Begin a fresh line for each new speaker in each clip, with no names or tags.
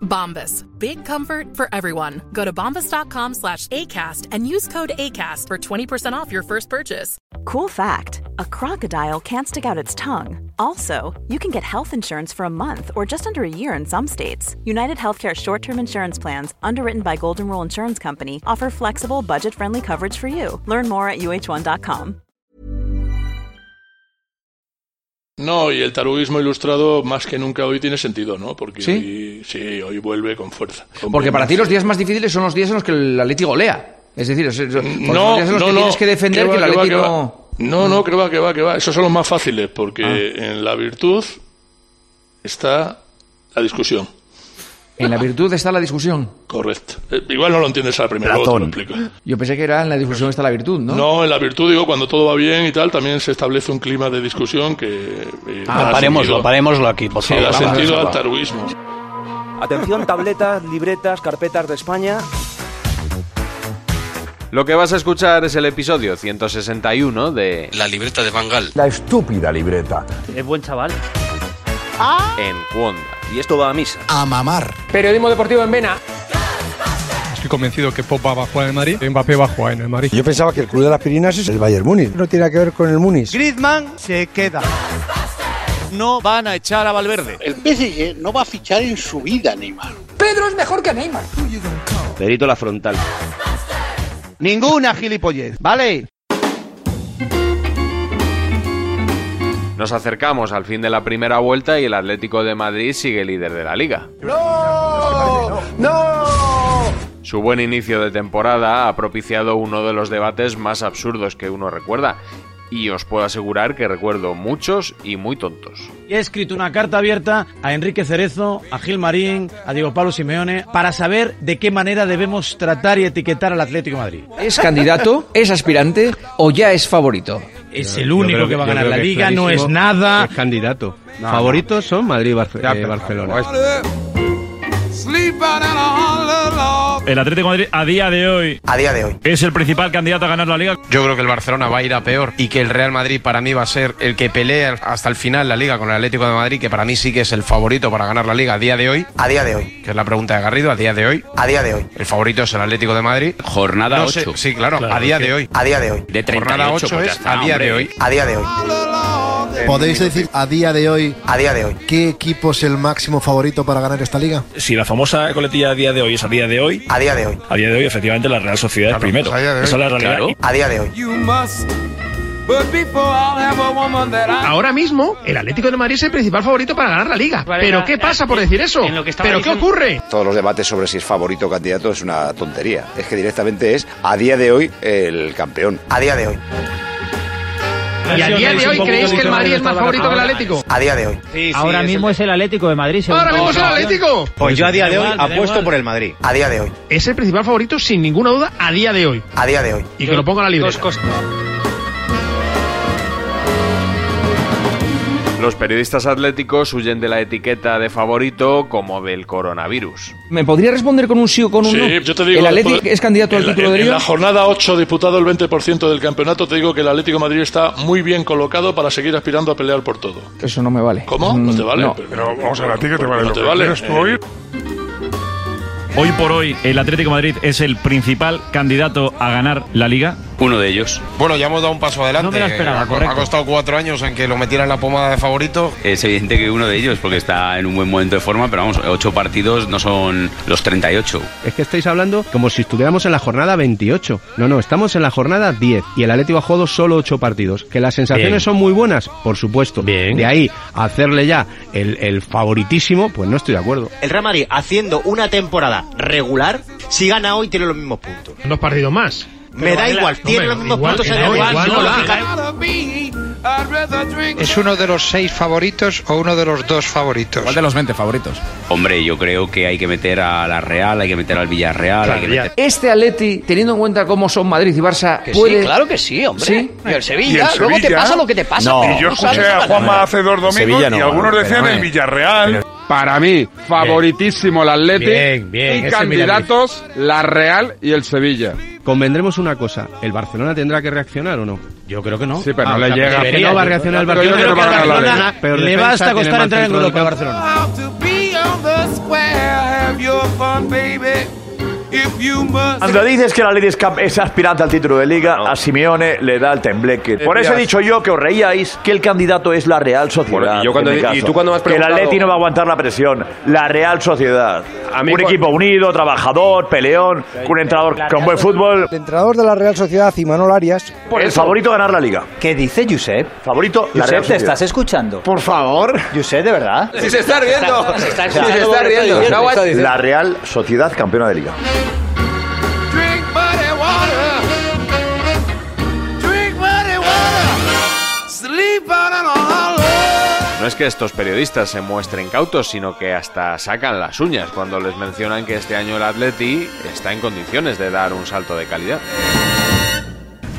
Bombas. Big comfort for everyone. Go to bombas.com slash ACAST and use code ACAST for 20% off your first purchase.
Cool fact a crocodile can't stick out its tongue. Also, you can get health insurance for a month or just under a year in some states. United Healthcare short term insurance plans, underwritten by Golden Rule Insurance Company, offer flexible, budget friendly coverage for you. Learn more at uh1.com.
No, y el taruismo ilustrado más que nunca hoy tiene sentido, ¿no? Porque
¿Sí?
hoy, sí, hoy vuelve con fuerza. Con
Porque para ti
bomba.
los días más difíciles son los días en los que el Atleti golea. Es decir, es- es- son los
No,
días en los
no,
que
no.
tienes que defender
va,
que el
va,
Atleti
va.
no... Mm. Ah.
No, no, que va, que va, que va. Esos son los más fáciles, porque en la virtud está la discusión.
En la virtud está la discusión.
Correcto. Eh, igual no lo entiendes a la primera, luego
Platón.
te lo explico.
Yo pensé que era en la discusión está la virtud, ¿no?
No, en la virtud, digo, cuando todo va bien y tal, también se establece un clima de discusión que... eh, da
parémoslo,
sentido-
parémoslo aquí, por
Sí,
favor.
da
Vamos a
sentido
dejarlo.
al taruismo.
Atención, tabletas, libretas, carpetas de España.
Lo que vas a escuchar es el episodio 161 de
La libreta de Bangal.
La estúpida libreta.
Es buen chaval.
En Cuonda.
Y esto va a misa.
Periodismo deportivo en Vena.
Estoy convencido que Pop va a jugar en el Madrid, Mbappé va a jugar en el Madrid.
Yo pensaba que el Club de las Pirinas es el Bayern Múnich. No tiene que ver con el Múnich.
Griezmann se queda. No van a echar a Valverde.
El PSG no va a fichar en su vida, Neymar.
Perito la frontal. Ninguna gilipollez, ¿vale?
Nos acercamos al fin de la primera vuelta y el Atlético de Madrid sigue líder de la liga. Su buen inicio de temporada ha propiciado uno de los debates más absurdos que uno recuerda. Y os puedo asegurar que recuerdo muchos y muy tontos.
He escrito una carta abierta a Enrique Cerezo, a Gil Marín, a Diego Pablo Simeone, para saber de qué manera debemos tratar y etiquetar al Atlético de Madrid.
¿Es candidato? ¿Es aspirante? ¿O ya es favorito?
Es el único que va a ganar la liga, no es nada. Es candidato. Favoritos son Madrid y eh, Barcelona.
El Atlético de Madrid a día de hoy
A día de hoy.
es el principal candidato a ganar la liga.
Yo creo que el Barcelona va a ir a peor y que el Real Madrid para mí va a ser el que pelea hasta el final la liga con el Atlético de Madrid, que para mí sí que es el favorito para ganar la liga a día de hoy,
A día de hoy.
que es la pregunta de Garrido, a día de hoy.
A día de hoy.
El favorito es el Atlético de Madrid.
Jornada
No
8.
sé- sí, claro, a día de hoy.
A día de hoy.
De 38,
Jornada 8
pues ya
es
está,
a día
hombre.
de hoy.
A día de hoy.
¿Podéis decir a día de hoy
A día de hoy.
qué equipo es el máximo favorito para ganar esta liga?
Si la famosa coletilla a día de hoy es a día de hoy,
A día de hoy.
a día de hoy efectivamente la Real Sociedad es primero. Esa es la realidad.
Claro.
A día de hoy.
Ahora mismo, el Atlético de Madrid es el principal favorito para ganar la liga. Pero ¿qué pasa por decir eso? ¿Pero qué ocurre?
Todos los debates sobre si es favorito o candidato es una tontería. Es que directamente es a día de hoy el campeón. A día de hoy.
¿Y a día de hoy creéis que el Madrid es más favorito que el Atlético?
A día de hoy.
Ahora mismo es el Atlético de Madrid. Ahora mismo es el Atlético.
Pues yo a día de hoy apuesto por el Madrid.
A día de hoy.
Es el principal favorito sin ninguna duda a día de hoy.
A día de hoy.
Y que lo ponga la liga.
Los periodistas atléticos huyen de la etiqueta de favorito como del coronavirus.
¿Me podría responder con un sí o con un
Sí,
no?
yo te digo.
¿El Atleti
después-
es candidato al
en la-
título
en-
de
En
Liga?
la jornada 8, disputado el 20% del campeonato, te digo que el Atlético de Madrid está muy bien colocado para seguir aspirando a pelear por todo.
Eso no me vale.
¿Cómo?
Mm,
No te vale.
no.
Pero vamos a ver, a ti que te vale. No te vale. Eh,
Hoy por hoy, el Atlético de Madrid es el principal candidato a ganar la liga.
Uno de ellos.
Bueno, ya hemos dado un paso adelante. ha, co- ha costado cuatro años en que lo metieran en la pomada de favorito.
Es evidente que uno de ellos, porque está en un buen momento de forma, pero vamos, ocho partidos no son los 38.
Es que estáis hablando como si estuviéramos en la jornada 28. No, no, estamos en la jornada 10 y el Atlético ha jugado solo 8 partidos. Que las sensaciones
Bien.
son muy buenas, por supuesto.
Bien.
De ahí a hacerle ya el, el favoritísimo, pues no estoy de acuerdo.
El Real Madrid haciendo una temporada regular, si gana hoy tiene los mismos puntos.
Dos partidos más.
Me da igual, tiene los mismos puntos en el
¿Es uno de los seis favoritos o uno de los dos favoritos?
¿Cuál de los 20 favoritos? Hombre, yo creo que hay que meter a la Real, hay que meter al Villarreal, hay que meter...
Este Atleti, teniendo en cuenta cómo son Madrid y Barça,
Que
puede...
sí, claro que sí, hombre.
Sí.
Y el Sevilla,
Y el
luego te
Sevilla.
pasa lo que te pasa.
No.
pero
Y yo
tú sabes
escuché a
la
Juanma
verdad.
hace dos domingos
Sevilla no,
y algunos
pero
decían
no,
el
eh.
Villarreal.
Para mí, favoritísimo el Atleti
Bien, bien, ese
y
es mi
candidatos la Real y el Sevilla.
Convendremos una cosa, ¿el Barcelona tendrá que reaccionar o no?
Yo creo que no.
Sí, pero no le llega.
Que no va a reaccionar el Barcelona.
Yo creo que al Barcelona
Peor
le
defensa,
basta
tiene
costar
mal
entrar en
centro del
Europa al
campo.
Barcelona.
Cuando dices que la Ladies Cup es aspirante al título de liga, a Simeone le da el tembleque.
Eh,
Por eso he dicho yo que os reíais que el candidato es la Real Sociedad.
Bueno, yo cuando-
en mi
y
caso.
tú cuando me has
Que el
preguntado-
Atleti no va a aguantar la presión. La Real Sociedad.
mí
un
cu-
equipo unido, trabajador, peleón, un entrenador con buen fútbol.
El entrenador de la Real Sociedad, Imanol Arias,
el favorito a ganar la liga.
¿Qué dice Josep?
Favorito, la Real
Josep, ¿te
Sociedad.
estás escuchando? Por favor. Josep, ¿de verdad?
Sí, se está riendo.
Se está,
Sí, se está
riendo. No, guay.
La Real Sociedad campeona de liga.
No es que estos periodistas se muestren cautos, sino que hasta sacan las uñas cuando les mencionan que este año el Atleti está en condiciones de dar un salto de calidad.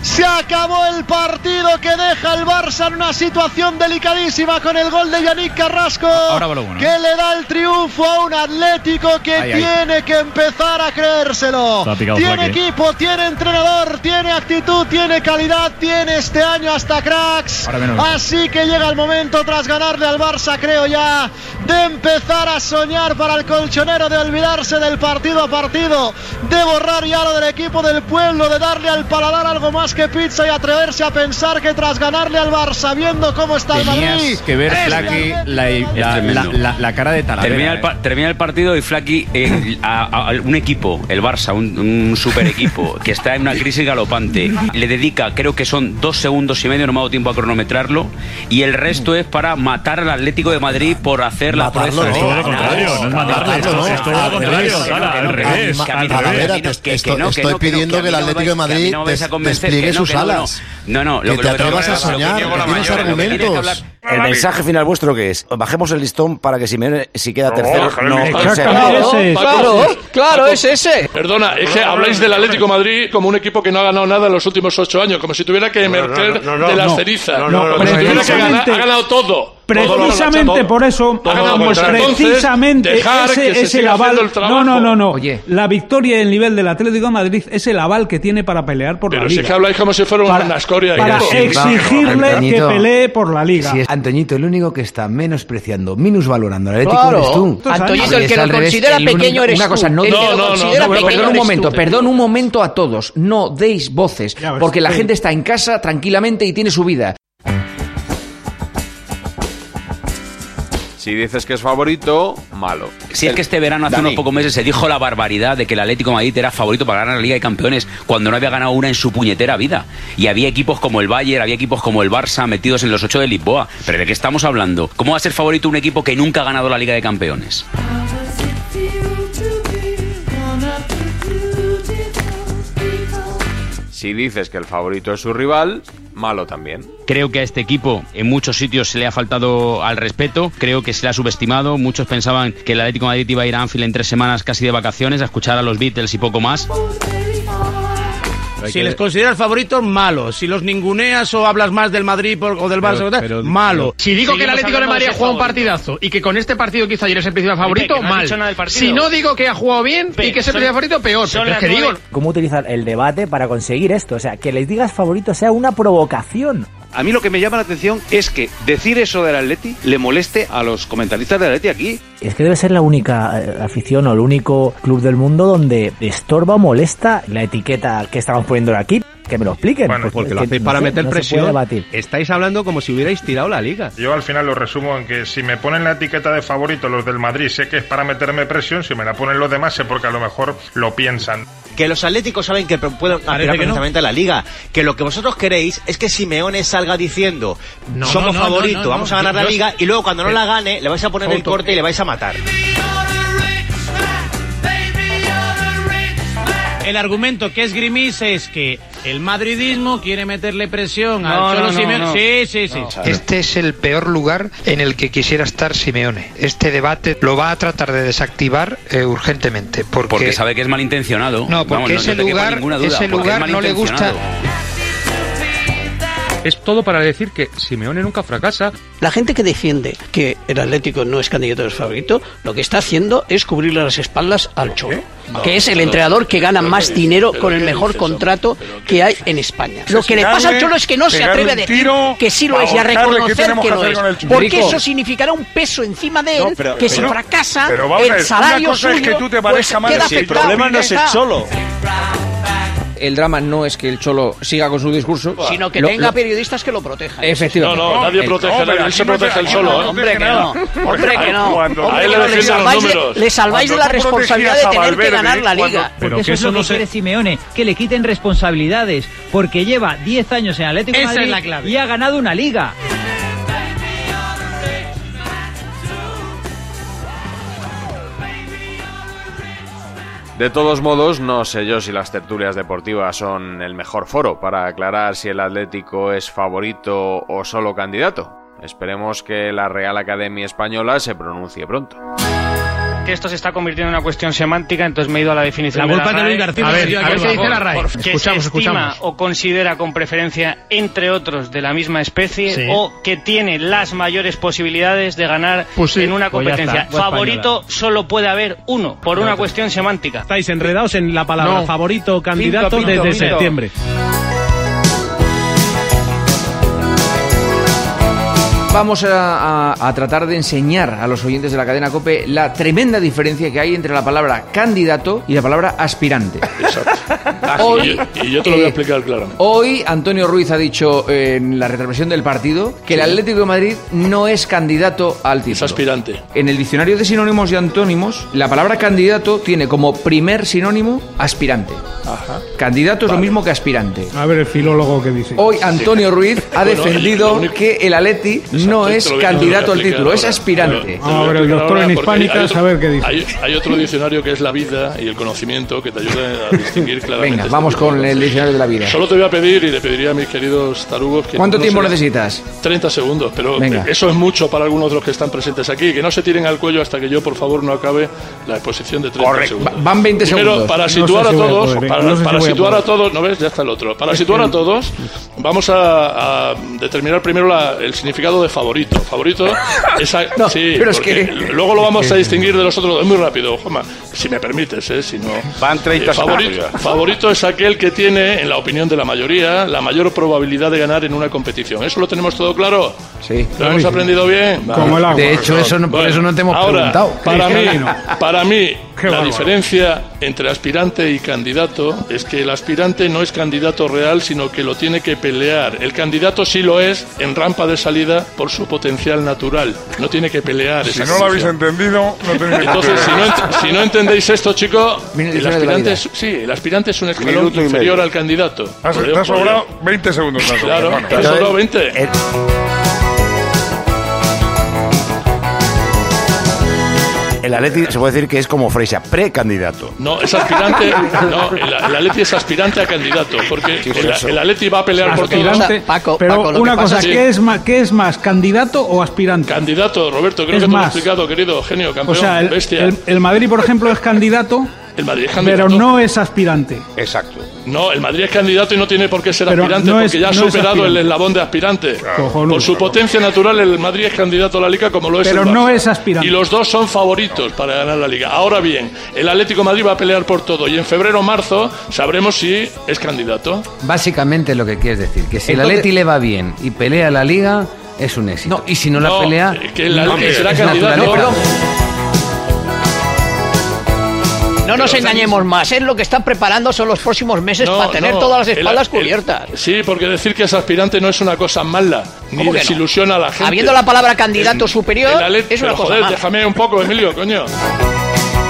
Se acabó el partido que deja el Barça en una situación delicadísima con el gol de Yannick Carrasco.
va lo bueno,
Que le da el triunfo a un Atlético que
Ay, ay.
tiene que empezar a creérselo.
Está picado
tiene
Flaque.
equipo, tiene entrenador, tiene actitud, tiene calidad, tiene este año hasta cracks.
Ahora menos.
Así que llega el momento tras ganarle al Barça, creo ya, de empezar a soñar para el colchonero, de olvidarse del partido a partido, de borrar ya lo del equipo del pueblo, de darle al paladar algo más que pizza y atreverse a pensar que tras ganarle al Barça, viendo cómo está el Madrid,
Tenías que ver,
es
Flaque, la, la, la,
tremendo.
la- la cara de Talavera.
Termina el,
eh.
pa- termina el partido y Flaky, eh, a- a- a un equipo, el Barça, un, un super equipo, que está en una crisis galopante, le dedica, creo que son dos segundos y medio, no me ha dado tiempo a cronometrarlo, y el resto es para matar al Atlético de Madrid por hacer la
Matarlo,
proeza.
no, todo lo contrario, no es matarlo,
Matarlo,
no, es todo lo
al
contrario,
revés,
Sala,
que
al
no, que no,
revés,
que a mí-
al
que a mí-
revés.
que no, que-
Estoy-
que no, que
estoy
no, que no,
pidiendo
a mí
que el
no me
Atlético de
vais- que a mí no me
Madrid
vais a
des-
convencer,
despliegue
que no,
sus
que no, que no.
alas.
No, no,
Que te
lo
atrevas a
lo
soñar,
niego
que
la
tienes
mayor, lo que tiene que
argumentos.
hablar-
Ah,
El mensaje final vuestro que es, bajemos el listón para que Simeone si queda tercero
Ojalá,
no
Exactamente,
se
ese es.
Claro, claro, es ese.
Eh, Perdona, es que habláis del Atlético de Madrid como un equipo que no ha ganado nada en los últimos ocho años, como si tuviera que emerger
no, no,
de las
no.
cenizas.
No, no,
como
no,
si tuviera
no,
que ganar,
precisamente-
ha ganado todo.
Precisamente por eso,
Todo lo ganado,
pues
entonces,
precisamente
dejar que se
ese es el
siga
aval.
haciendo el trabajo.
no, no, no, no. La victoria en nivel del Atlético de Madrid es el aval que tiene para pelear por
Pero
la
si
liga.
es que habláis como si fuera una, una escoria. de
para
equipo.
exigirle que
Antoñito.
pelee por la liga.
Si es Antoñito el único que está menospreciando, minusvalorando al Atlético,
Claro.
eres tú.
Antoñito,
Porque
el que
es
lo
al revés,
considera
el
pequeño
único-
eres
Una
tú.
cosa, no...
El que lo
no, no,
considera
no, no,
pequeño
perdón
eres
un
tú.
momento,
Perdón un momento a todos, no deis voces,
ves
porque la
tú.
gente está en casa tranquilamente y tiene su vida.
Si dices que es favorito, malo.
Si es que este verano, hace
Dani.
unos pocos meses, se dijo la barbaridad de que el Atlético de Madrid era favorito para ganar la Liga de Campeones cuando no había ganado una en su puñetera vida. Y había equipos como el Bayern, había equipos como el Barça metidos en los ocho de Lisboa. ¿Pero de qué estamos hablando? ¿Cómo va a ser favorito un equipo que nunca ha ganado la Liga de Campeones?
Si dices que el favorito es su rival, malo también.
Creo que a este equipo en muchos sitios se le ha faltado al respeto, creo que se le ha subestimado, muchos pensaban que el Atlético de Madrid iba a ir a Anfield en tres semanas casi de vacaciones a escuchar a los Beatles y poco más.
Si les consideras favoritos, malo. Si los ninguneas o hablas más del Madrid por- o del Barça, o tal, malo.
Si digo que el Atlético de Madrid ha jugado un partido y que con este partido que hizo ayer es el principal favorito,
que no has dicho nada
mal.
del partido.
Si no digo que ha jugado bien y que es el
son-
principal favorito, peor.
son
Pero es
las
que digo,
nueve.
¿Cómo utilizar el debate para conseguir esto? O sea, que les digas favorito sea una provocación.
A mí lo que me llama la atención es que decir eso del Atleti le moleste a los comentaristas del Atleti aquí.
Es que debe ser la única eh, afición o el único club del mundo donde estorba o molesta la etiqueta que estamos poniendo aquí. Que me lo expliquen.
Bueno, Pues porque
es
lo
que
hacéis
no
para
sé,
meter
no se puede
presión.
debatir.
Estáis hablando como si hubierais tirado la liga.
Yo al final lo resumo en que si me ponen la etiqueta de favorito los del Madrid, sé que es para meterme presión, si me la ponen los demás sé porque a lo mejor lo piensan. Que los atléticos saben que pro- pueden aspirar que no. perfectamente a la liga. Que lo que vosotros queréis es que Simeone salga diciendo No, somos no, no, favoritos, no, no, vamos a no, ganar la yo- liga y luego cuando no Eh, la gane le vais a poner el Souto. corte y le vais a matar.
el argumento que esgrimís es que el madridismo quiere meterle presión
No,
al Cholo
no, no,
Simeone.
no.
Sí, sí, sí.
Este es el peor lugar en el que quisiera estar Simeone. Este debate lo va a tratar de desactivar eh, urgentemente. Porque,
Porque sabe que es malintencionado.
No, porque
Vamos,
ese
te quepa
lugar-
ninguna duda,
ese
porque es
lugar no le gusta-
malintencionado.
Es todo para decir que Simeone nunca fracasa.
La gente que defiende que el Atlético no es candidato de favorito, lo que está haciendo es cubrirle las espaldas al Cholo, que es el
pero-
entrenador que gana
pero
más
¿qué
dinero
dices?
con el
¿Pero qué
mejor
dices, hombre?
contrato que hay en España. Lo que le pasa al Cholo es que no se atreve a decir que sí lo es y a reconocer que no es. Porque eso significará un peso encima de él
No, pero-
que si
pero-
fracasa
pero vamos a ver,
Ah, el salario
una cosa es
suyo,
que tú te
pues,
parezca mal
queda
de- si el
afectado.
problema no es el Cholo.
El drama no es que el Cholo siga con su discurso,
sino que
Lo-
tenga
lo-
periodistas que lo protejan.
Eh,
Efectivamente.
No, no, nadie protege a nadie, él se protege el solo. ¿eh?
Hombre que no, hombre que no.
Cuando-
Hombre
a él
que
le
no,
defienden
le,
los
salváis
números.
de, le salváis de la
Cuando tú
responsabilidad de
protegías a
tener que
Valverde,
ganar la
cuando-
liga.
Pero
Porque eso es lo que quiere Simeone, que le quiten responsabilidades, porque lleva 10 años en Atlético de
Esa
Madrid
es la clave.
y ha ganado una liga.
De todos modos, no sé yo si las tertulias deportivas son el mejor foro para aclarar si el Atlético es favorito o solo candidato. Esperemos que la Real Academia Española se pronuncie pronto.
que esto se está convirtiendo en una cuestión semántica, entonces me he ido a la definición.
La
de
culpa es de
eh.
Luis
RAE.
García,
A ver,
señor,
a ver
por
qué dice
favor.
la RAE.
Por-
Que
escuchamos,
se estima
escuchamos.
o considera con preferencia entre otros de la misma especie
Sí.
o que tiene las mayores posibilidades de ganar
Pues sí.
en una
Pues ya está,
competencia.
voy
Favorito solo puede haber uno, por una cuestión semántica.
Estáis enredados en la palabra
No.
favorito o candidato
Pinto, pinto,
desde
pinto.
septiembre.
Vamos a, a- a tratar de enseñar a los oyentes de la cadena COPE la tremenda diferencia que hay entre la palabra candidato y la palabra aspirante.
Y yo- Ah, y yo te lo voy a
eh,
explicar claramente.
Hoy Antonio Ruiz ha dicho en la retransmisión del partido que el
Sí.
Atlético de Madrid no es candidato al título. Es
aspirante.
En el diccionario de sinónimos y antónimos, la palabra candidato tiene como primer sinónimo aspirante. Candidato es lo mismo que aspirante.
A ver el filólogo que dice.
Hoy Antonio Ruiz ha
Bueno,
defendido
lo único-
que el Atleti no es candidato al título, es aspirante.
Ahora
Ah, el doctor en hispánica, a ver qué dice.
Hay, hay otro diccionario que es la vida y el conocimiento que te ayuda a distinguir claramente.
Venga,
este
vamos
tipo de
con el diccionario de la vida.
Solo te voy a pedir y le pediría a mis queridos tarugos que.
¿Cuánto
no
tiempo
se-
necesitas?
30 segundos, pero
Venga.
eso es mucho para algunos de los que están presentes aquí. Que no se tiren al cuello hasta que yo, por favor, no acabe la exposición de 30 segundos.
Va- van 20
Primero,
segundos.
para
No
situar
sé si
a
voy a
todos,
poder, ¿eh?
para,
No sé si
para
voy a
situar a
poder.
todos, no ves, ya está el otro. Para situar a todos, vamos a, a determinar primero la- el significado de favorito. Favorito, esa, sí,
pero es
porque
que-
luego lo vamos a distinguir de los otros. dos. Muy rápido, Juanma, si me permites, ¿eh? si no.
Van 30
Eh, favorito,
segundos.
favorito es aquel que tiene, en la opinión de la mayoría, la mayor probabilidad de ganar en una competición. ¿Eso lo tenemos todo claro?
Sí.
¿Lo hemos aprendido bien? Vale.
Como el agua. De hecho, eso no- por eso no te hemos
ahora,
preguntado.
Para
Sí,
mí,
claro.
para mí la
bárbaro.
diferencia entre aspirante y candidato es que el aspirante no es candidato real, sino que lo tiene que pelear. El candidato sí lo es en rampa de salida por su potencial natural. No tiene que pelear.
Si
esa
no lo habéis
función.
entendido, no tenéis
Entonces, si no, ent- si no entendéis esto, chico,
Viene el diccionario
el
de la
aspirante,
vida.
es, sí, el aspirante es un escalón
Minuto y medio.
inferior al candidato.
Has-
Podría-
te has
podría-
sobrado 20 segundos. te has sobrado,
Claro,
hermano.
te has sobrado 20.
El Atleti se puede decir que es como Freixa, precandidato.
No, es aspirante. No, el, el Atleti es aspirante a candidato. Porque
Sí, por
el,
eso.
el Atleti va a pelear por todo.
Aspirante, pero una cosa,
Sí.
¿qué es, más, ¿qué es más, candidato o aspirante?
Candidato, Roberto, creo
Es
que te lo he
más.
explicado, querido genio,
o
campeón,
sea, el,
bestia.
el- el Madrid, por ejemplo, es candidato,
El Madrid es
pero
candidato. Pues
no es aspirante.
Exacto. No, el Madrid es candidato y no tiene por qué ser
Pero
aspirante,
no
porque
es-
ya ha
no es
superado el
aspirante.
eslabón de aspirante.
Cojonudo.
Por su potencia natural, el Madrid es candidato a la Liga como lo es
Pero
el Barça.
no es aspirante.
Y los dos son favoritos para ganar la Liga. Ahora bien, el Atlético de Madrid va a pelear por todo y en febrero o marzo sabremos si es candidato.
Básicamente lo que quieres decir, que si el
Entonces-
Atleti le va bien y pelea la liga, es un éxito. y si no la
No,
pelea,
eh, que el
no,
Atleti
es
será
naturaleza.
candidato. No, perdón.
No nos engañemos más, es lo que están preparando son los próximos meses para tener
no,
todas las
el-
espaldas
el-
cubiertas.
Sí, porque decir que es aspirante no es una cosa mala, ni
¿Cómo que no?
desilusiona a la gente.
Habiendo la palabra candidato
El-
superior,
el Atleti-
es una
pero,
cosa
joder,
mala.
déjame un poco, Emilio, coño.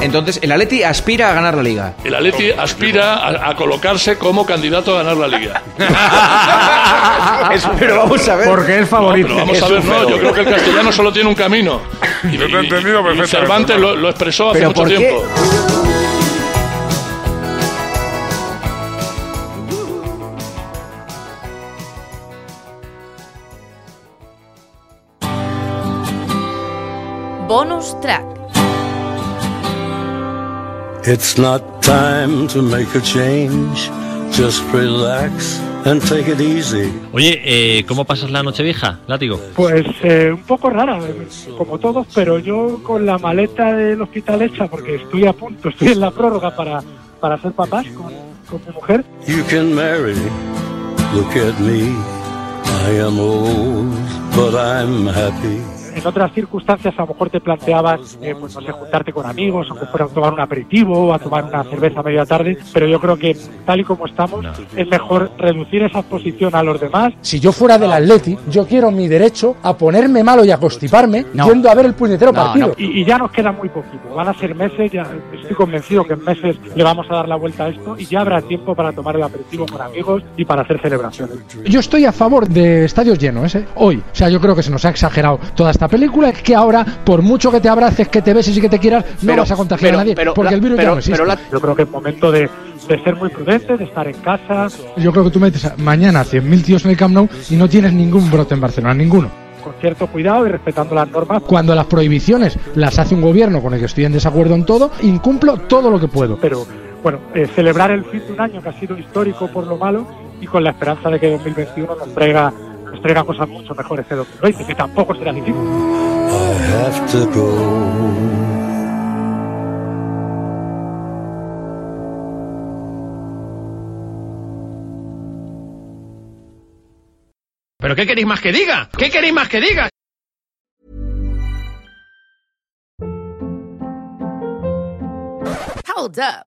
Entonces, el Atleti aspira a ganar la liga.
El Atleti aspira a, a colocarse como candidato a ganar la Liga.
pero vamos a ver. Porque es favorito.
Pero vamos a ver, no, yo
¿eh?
creo que el castellano solo tiene un camino. Y, y- y Cervantes lo, lo expresó hace
Pero
mucho
¿por qué?
tiempo.
Bonus track.
It's not time to make a change. Just relax and take it easy.
Oye, eh, ¿cómo pasas la noche vieja, látigo?
Pues eh, un poco rara, eh, como todos, pero yo con la maleta del hospital hecha, porque estoy a punto, estoy en la prórroga para, para ser papás con, con mi mujer.
You can marry. Look at me. I am old, but I'm happy.
En otras circunstancias a lo mejor te planteabas, eh, pues no sé, juntarte con amigos o que fuera a tomar un aperitivo o a tomar una cerveza a media tarde, pero yo creo que tal y como estamos es mejor reducir esa exposición a los demás
Si yo fuera del Atleti, yo quiero mi derecho a ponerme malo y a constiparme yendo a ver el puñetero partido.
Y, y ya nos queda muy poquito. Van a ser meses, ya estoy convencido que en meses le vamos a dar la vuelta a esto y ya habrá tiempo para tomar el aperitivo con amigos y para hacer celebraciones.
Yo estoy a favor de estadios llenos, ¿eh? Hoy. O sea, yo creo que se nos ha exagerado toda esta película. Es que ahora, por mucho que te abraces, que te beses y que te quieras, no
Pero-
vas a contagiar
pero-
a nadie.
pero
porque
la-
el virus
pero-
ya no existe.
pero la- yo creo que es momento de, de ser muy prudentes, de estar en casa.
Yo creo que tú metes a- mañana 100.000 tíos en el Camp Nou y no tienes ningún brote en Barcelona, ninguno.
con cierto cuidado y respetando las normas,
Cuando las prohibiciones las hace un gobierno con el que estoy en desacuerdo en todo, incumplo todo lo que puedo.
pero bueno, eh, celebrar el fin de un año que ha sido histórico por lo malo y con la esperanza de que 2021 nos traiga, nos traiga cosas mucho mejores que 2020, que tampoco será difícil.
I have to go.
¿Pero qué queréis más que diga? ¿Qué queréis más que diga?
Hold up.